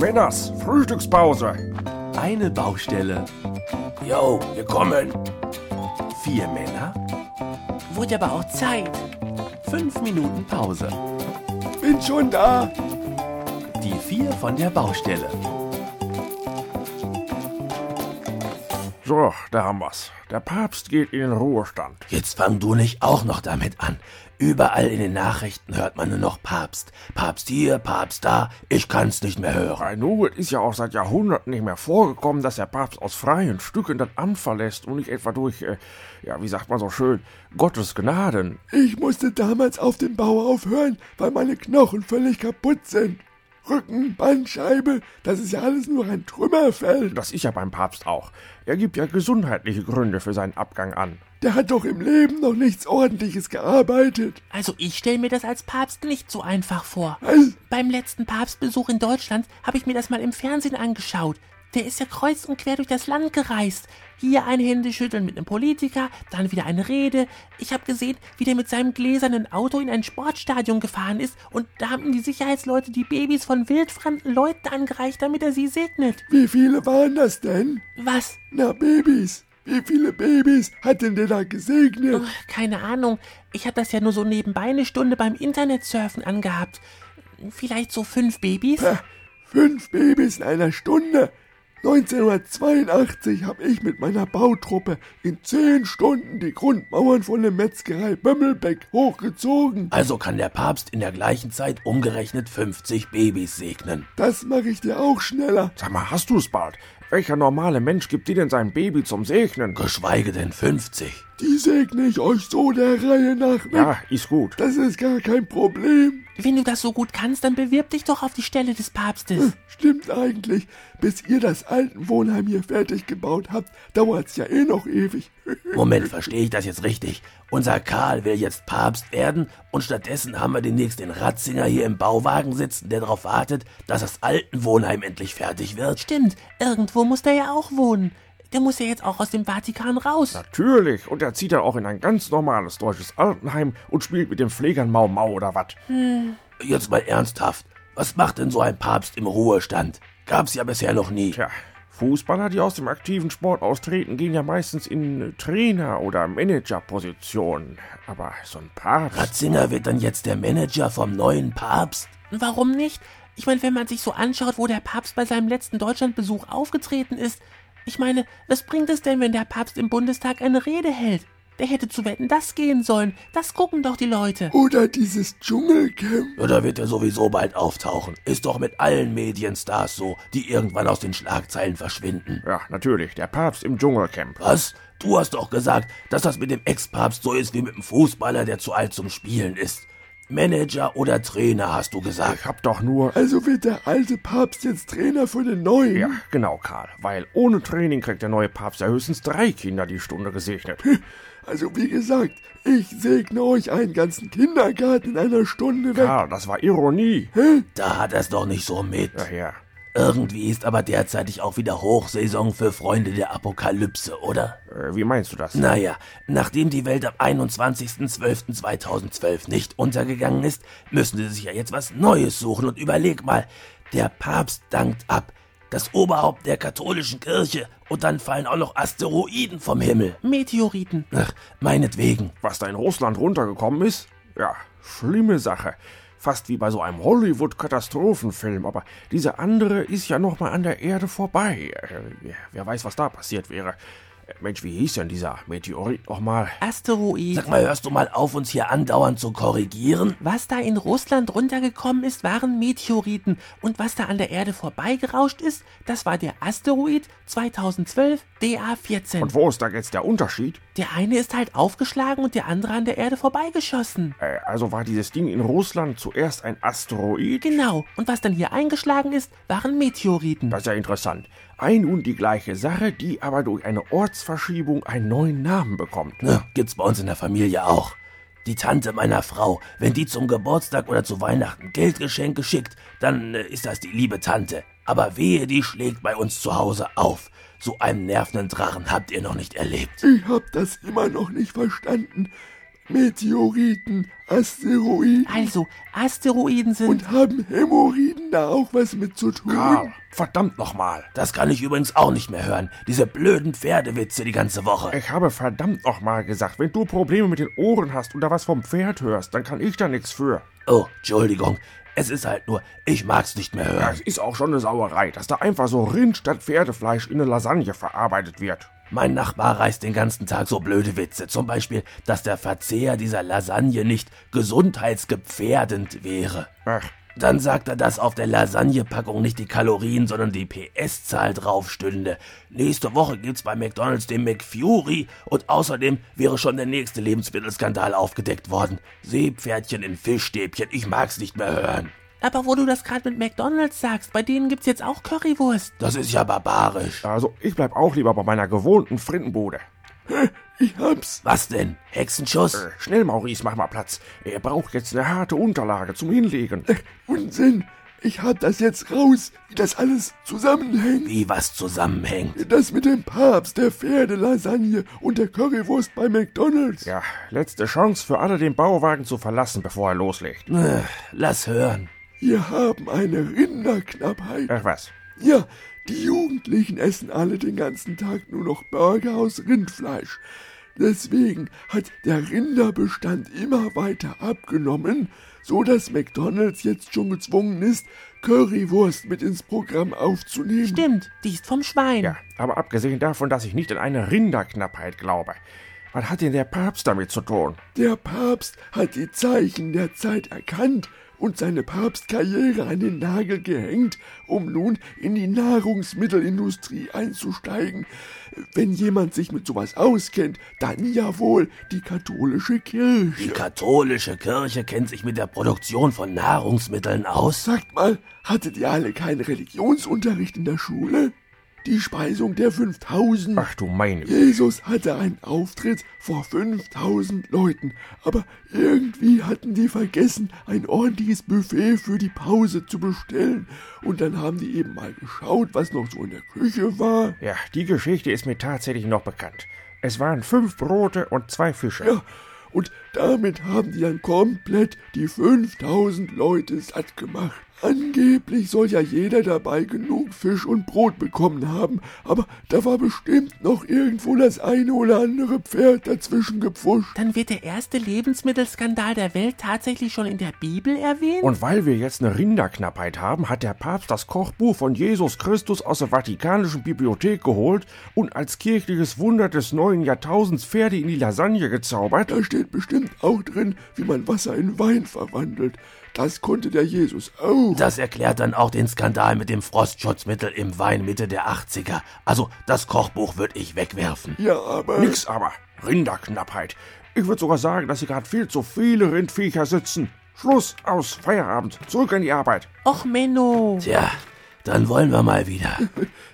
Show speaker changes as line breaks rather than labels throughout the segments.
Männers, Frühstückspause.
Eine Baustelle.
Yo, wir kommen.
Vier Männer. Wurde aber auch Zeit. Fünf Minuten Pause.
Bin schon da.
Die vier von der Baustelle.
So, da haben wir's. Der Papst geht in den Ruhestand.
Jetzt fang du nicht auch noch damit an. Überall in den Nachrichten hört man nur noch Papst. Papst hier, Papst da. Ich kann's nicht mehr hören.
Bei Nu, es ist ja auch seit Jahrhunderten nicht mehr vorgekommen, dass der Papst aus freien Stücken das Amt verlässt und nicht etwa durch, äh, ja, wie sagt man so schön, Gottes Gnaden.
Ich musste damals auf dem Bau aufhören, weil meine Knochen völlig kaputt sind. Rücken, Bandscheibe, das ist ja alles nur ein Trümmerfeld.
Das ist ja beim Papst auch. Er gibt ja gesundheitliche Gründe für seinen Abgang an.
Der hat doch im Leben noch nichts Ordentliches gearbeitet.
Also ich stelle mir das als Papst nicht so einfach vor.
Was?
Beim letzten Papstbesuch in Deutschland habe ich mir das mal im Fernsehen angeschaut. Der ist ja kreuz und quer durch das Land gereist. Hier ein Händeschütteln mit einem Politiker, dann wieder eine Rede. Ich habe gesehen, wie der mit seinem gläsernen Auto in ein Sportstadion gefahren ist und da haben die Sicherheitsleute die Babys von wildfremden Leuten angereicht, damit er sie segnet.
Wie viele waren das denn?
Was?
Na, Babys. Wie viele Babys hat denn der da gesegnet?
Ach, keine Ahnung. Ich habe das ja nur so nebenbei eine Stunde beim Internetsurfen angehabt. Vielleicht so fünf Babys?
Pah, Fünf Babys in einer Stunde. 1982 habe ich mit meiner Bautruppe in zehn Stunden die Grundmauern von der Metzgerei Bömmelbeck hochgezogen.
Also kann der Papst in der gleichen Zeit umgerechnet 50 Babys segnen.
Das mache ich dir auch schneller.
Sag mal, hast du's bald? Welcher normale Mensch gibt dir denn sein Baby zum Segnen?
Geschweige denn 50.
Die segne ich euch so der Reihe nach. ne? mit.
Ja, ist gut.
Das ist gar kein Problem.
Wenn du das so gut kannst, dann bewirb dich doch auf die Stelle des Papstes.
Stimmt eigentlich. Bis ihr das Altenwohnheim hier fertig gebaut habt, dauert's ja eh noch ewig.
Moment, verstehe ich das jetzt richtig? Unser Karl will jetzt Papst werden und stattdessen haben wir demnächst den Ratzinger hier im Bauwagen sitzen, der darauf wartet, dass das Altenwohnheim endlich fertig wird.
Stimmt, irgendwo muss der ja auch wohnen. Der muss ja jetzt auch aus dem Vatikan raus.
Natürlich. Und er zieht dann auch in ein ganz normales deutsches Altenheim und spielt mit den Pflegern Mau Mau oder wat.
Jetzt mal ernsthaft. Was macht denn so ein Papst im Ruhestand? Gab's ja bisher noch nie.
Tja, Fußballer, die aus dem aktiven Sport austreten, gehen ja meistens in Trainer- oder Managerpositionen. Aber so ein Papst.
Ratzinger wird dann jetzt der Manager vom neuen Papst?
Warum nicht? Ich meine, wenn man sich so anschaut, wo der Papst bei seinem letzten Deutschlandbesuch aufgetreten ist. Ich meine, was bringt es denn, wenn der Papst im Bundestag eine Rede hält? Der hätte zu wetten, das gehen sollen. Das gucken doch die Leute.
Oder dieses Dschungelcamp.
Ja, da wird er sowieso bald auftauchen. Ist doch mit allen Medienstars so, die irgendwann aus den Schlagzeilen verschwinden.
Ja, natürlich. Der Papst im Dschungelcamp.
Was? Du hast doch gesagt, dass das mit dem Ex-Papst so ist wie mit dem Fußballer, der zu alt zum Spielen ist. Manager oder Trainer, hast du gesagt.
Ich hab doch nur.
Also wird der alte Papst jetzt Trainer für den neuen.
Ja, genau, Karl. Weil ohne Training kriegt der neue Papst ja höchstens drei Kinder die Stunde gesegnet.
Also wie gesagt, ich segne euch einen ganzen Kindergarten in einer Stunde weg.
Karl, das war Ironie.
Da hat er's doch nicht so mit.
Ja, ja.
Irgendwie ist aber derzeitig auch wieder Hochsaison für Freunde der Apokalypse, oder?
Äh, wie meinst du das?
Naja, nachdem die Welt am 21.12.2012 nicht untergegangen ist, müssen sie sich ja jetzt was Neues suchen und überleg mal, der Papst dankt ab, das Oberhaupt der katholischen Kirche und dann fallen auch noch Asteroiden vom Himmel.
Meteoriten.
Ach, meinetwegen.
Was da in Russland runtergekommen ist? Ja, schlimme Sache. Fast wie bei so einem Hollywood-Katastrophenfilm, aber dieser andere ist ja noch mal an der Erde vorbei. Äh, wer weiß, was da passiert wäre. Äh, Mensch, wie hieß denn dieser Meteorit noch mal?
Asteroid.
Sag mal, hörst du mal auf, uns hier andauernd zu korrigieren?
Was da in Russland runtergekommen ist, waren Meteoriten. Und was da an der Erde vorbeigerauscht ist, das war der Asteroid 2012
Und
DA14.
wo ist da jetzt der Unterschied?
Der eine ist halt aufgeschlagen und der andere an der Erde vorbeigeschossen.
Äh, also war dieses Ding in Russland zuerst ein Asteroid?
Genau. Und was dann hier eingeschlagen ist, waren Meteoriten.
Das ist ja interessant. Ein und die gleiche Sache, die aber durch eine Ortsverschiebung einen neuen Namen bekommt.
Ne, gibt's bei uns in der Familie auch. Die Tante meiner Frau, wenn die zum Geburtstag oder zu Weihnachten Geldgeschenke schickt, dann äh, ist das die liebe Tante. Aber wehe, die schlägt bei uns zu Hause auf. So einen nervenden Drachen habt ihr noch nicht erlebt.
Ich hab das immer noch nicht verstanden. Meteoriten, Asteroiden
Also, Asteroiden sind.
und haben Hämorrhoiden da auch was mit zu tun?
Karl, Ah, verdammt nochmal.
Das kann ich übrigens auch nicht mehr hören. Diese blöden Pferdewitze die ganze Woche.
Ich habe verdammt nochmal gesagt, wenn du Probleme mit den Ohren hast und da was vom Pferd hörst, dann kann ich da nichts für.
Oh, Entschuldigung. Es ist halt nur, ich mag's nicht mehr hören.
Das ist auch schon eine Sauerei, dass da einfach so Rind statt Pferdefleisch in eine Lasagne verarbeitet wird.
Mein Nachbar reißt den ganzen Tag so blöde Witze. Zum Beispiel, dass der Verzehr dieser Lasagne nicht gesundheitsgefährdend wäre.
Ach,
Dann sagt er, dass auf der Lasagnepackung nicht die Kalorien, sondern die PS-Zahl draufstünde. Nächste Woche gibt's bei McDonalds den McFury und außerdem wäre schon der nächste Lebensmittelskandal aufgedeckt worden. Seepferdchen in Fischstäbchen, ich mag's nicht mehr hören.
Aber wo du das gerade mit McDonalds sagst, bei denen gibt's jetzt auch Currywurst.
Das ist ja barbarisch.
also ich bleib auch lieber bei meiner gewohnten Frittenbude.
Ich hab's.
Was denn? Hexenschuss?
Äh, Schnell, Maurice, mach mal Platz. Er braucht jetzt eine harte Unterlage zum Hinlegen.
Unsinn. Ich hab das jetzt raus, wie das alles zusammenhängt.
Wie was zusammenhängt.
Das mit dem Papst, der Pferdelasagne und der Currywurst bei McDonalds.
Ja, letzte Chance für alle, den Bauwagen zu verlassen, bevor er loslegt.
Äh, Lass hören.
Wir haben eine Rinderknappheit.
Ach was.
Ja, die Jugendlichen essen alle den ganzen Tag nur noch Burger aus Rindfleisch. Deswegen hat der Rinderbestand immer weiter abgenommen, so dass McDonald's jetzt schon gezwungen ist, Currywurst mit ins Programm aufzunehmen.
Stimmt, die ist vom Schwein.
Ja, aber abgesehen davon, dass ich nicht an eine Rinderknappheit glaube. Was hat denn der Papst damit zu tun?
Der Papst hat die Zeichen der Zeit erkannt und seine Papstkarriere an den Nagel gehängt, um nun in die Nahrungsmittelindustrie einzusteigen. Wenn jemand sich mit sowas auskennt, dann ja wohl die katholische
Die
Kirche.
katholische Kirche kennt sich mit der Produktion von Nahrungsmitteln aus.
Sagt mal, hattet ihr alle keinen Religionsunterricht in der Schule? Die Speisung der 5000.
Ach du meine Güte.
Jesus hatte einen Auftritt vor 5000 Leuten, aber irgendwie hatten die vergessen, ein ordentliches Buffet für die Pause zu bestellen. Und dann haben die eben mal geschaut, was noch so in der Küche war.
Ja, die Geschichte ist mir tatsächlich noch bekannt. Es waren fünf Brote und zwei Fische.
Ja, und damit haben die dann komplett die 5000 Leute satt gemacht. Angeblich soll ja jeder dabei genug Fisch und Brot bekommen haben, aber da war bestimmt noch irgendwo das eine oder andere Pferd dazwischen gepfuscht.
Dann wird der erste Lebensmittelskandal der Welt tatsächlich schon in der Bibel erwähnt?
Und weil wir jetzt eine Rinderknappheit haben, hat der Papst das Kochbuch von Jesus Christus aus der Vatikanischen Bibliothek geholt und als kirchliches Wunder des neuen Jahrtausends Pferde in die Lasagne gezaubert.
Da steht bestimmt auch drin, wie man Wasser in Wein verwandelt. Das konnte der Jesus auch.
Das erklärt dann auch den Skandal mit dem Frostschutzmittel im Wein Mitte der 80er. Also das Kochbuch würde ich wegwerfen.
ja, aber
Nix aber. Rinderknappheit. Ich würde sogar sagen, dass hier gerade viel zu viele Rindviecher sitzen. Schluss, aus, Feierabend, zurück in die Arbeit.
Och, Menno.
Tja, dann wollen wir mal wieder.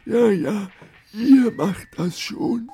ja, ja, ihr macht das schon.